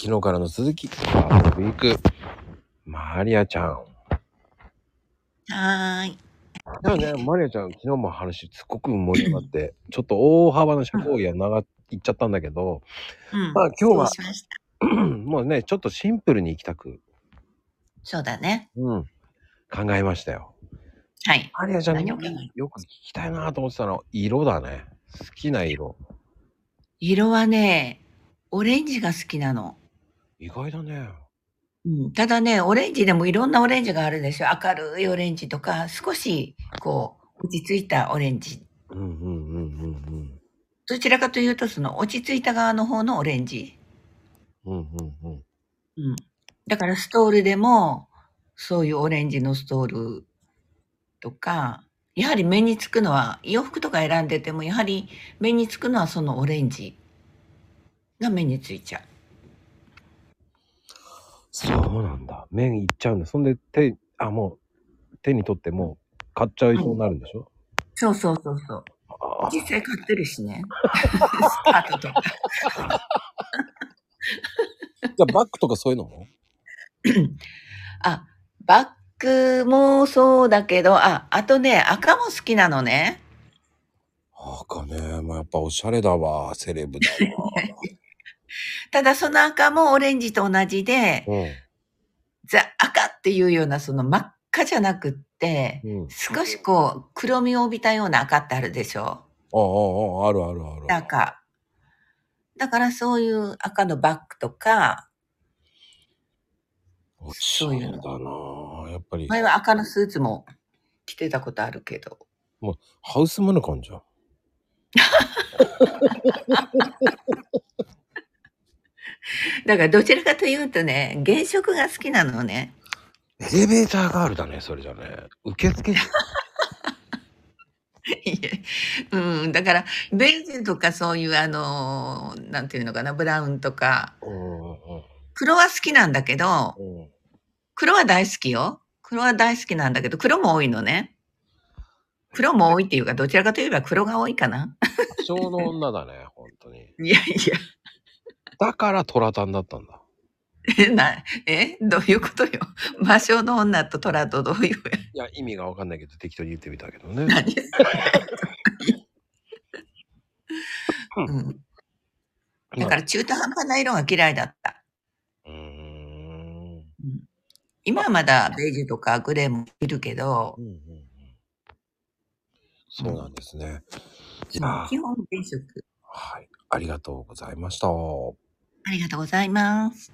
昨日からの続き、ワールドウィーク、マリアちゃん。はーい。でもね、マリアちゃん、昨日も話すっごく盛り上がって、 ちょっと大幅な社交や長いっちゃったんだけど、うん。まあ今日はそうしました。もうね、ちょっとシンプルに行きたく、そうだね。うん、考えましたよ。はい。マリアちゃんに何をよ考くえる聞きたいなと思ってたの、色だね。好きな色。色はね、オレンジが好きなの。意外だね。うん、ただね、オレンジでもいろんなオレンジがあるでしょ。明るいオレンジとか、少し、こう、落ち着いたオレンジ。うんうんうんうんどちらかというと、その落ち着いた側の方のオレンジ。うん。うんうんうん。うん。だからストールでも、そういうオレンジのストールとか、やはり目につくのは、洋服とか選んでても、やはり目につくのはそのオレンジが目についちゃう。そうなんだ。麺いっちゃうんだ。そんで手、あ、もう手に取ってもう買っちゃいそうになるんでしょ、そうそうそうそう。ああ実際買ってるしね。 スカートとか。じゃあバッグとかそういうのもあ、バッグもそうだけど、あ、あとね、赤も好きなのね。赤ね。まあ、やっぱおしゃれだわ。セレブだわ。ただその赤もオレンジと同じで、うザ赤っていうようなその真っ赤じゃなくって、ん。うん。少しこう、黒みを帯びたような赤ってあるでしょああ、ああ、あるあるある。赤。だからそういう赤のバッグとか、おしゃれだな。やっぱり、前は赤のスーツも着てたことあるけど。ハウスマヌカンじゃん。だからどちらかというとね、原色が好きなのね。 エレベーターガールだね、それじゃね。受付じゃん。いえうん、だから、ベージュとかそういうあの、なんていうのかな、ブラウンとか、うんうん黒は好きなんだけど、うんうん。黒は大好きよ。黒は大好きなんだけど、黒も多いのね。黒も多いっていうか、どちらかといえば黒が多いかな。気性の女だね、本当に。いやいだからトラタンだったんだ。や、な、えどういうことよ。魔性の女と虎とどういう、いや、意味がわかんないけど、適当に言ってみたけどね。何それ。うん、だから中途半端な色が嫌いだった。うーん。今はまだベージュとかグレーもいるけどうんう、んうんそうなんですね。い基やー本原色。はい。ありがとうございました。ありがとうございます。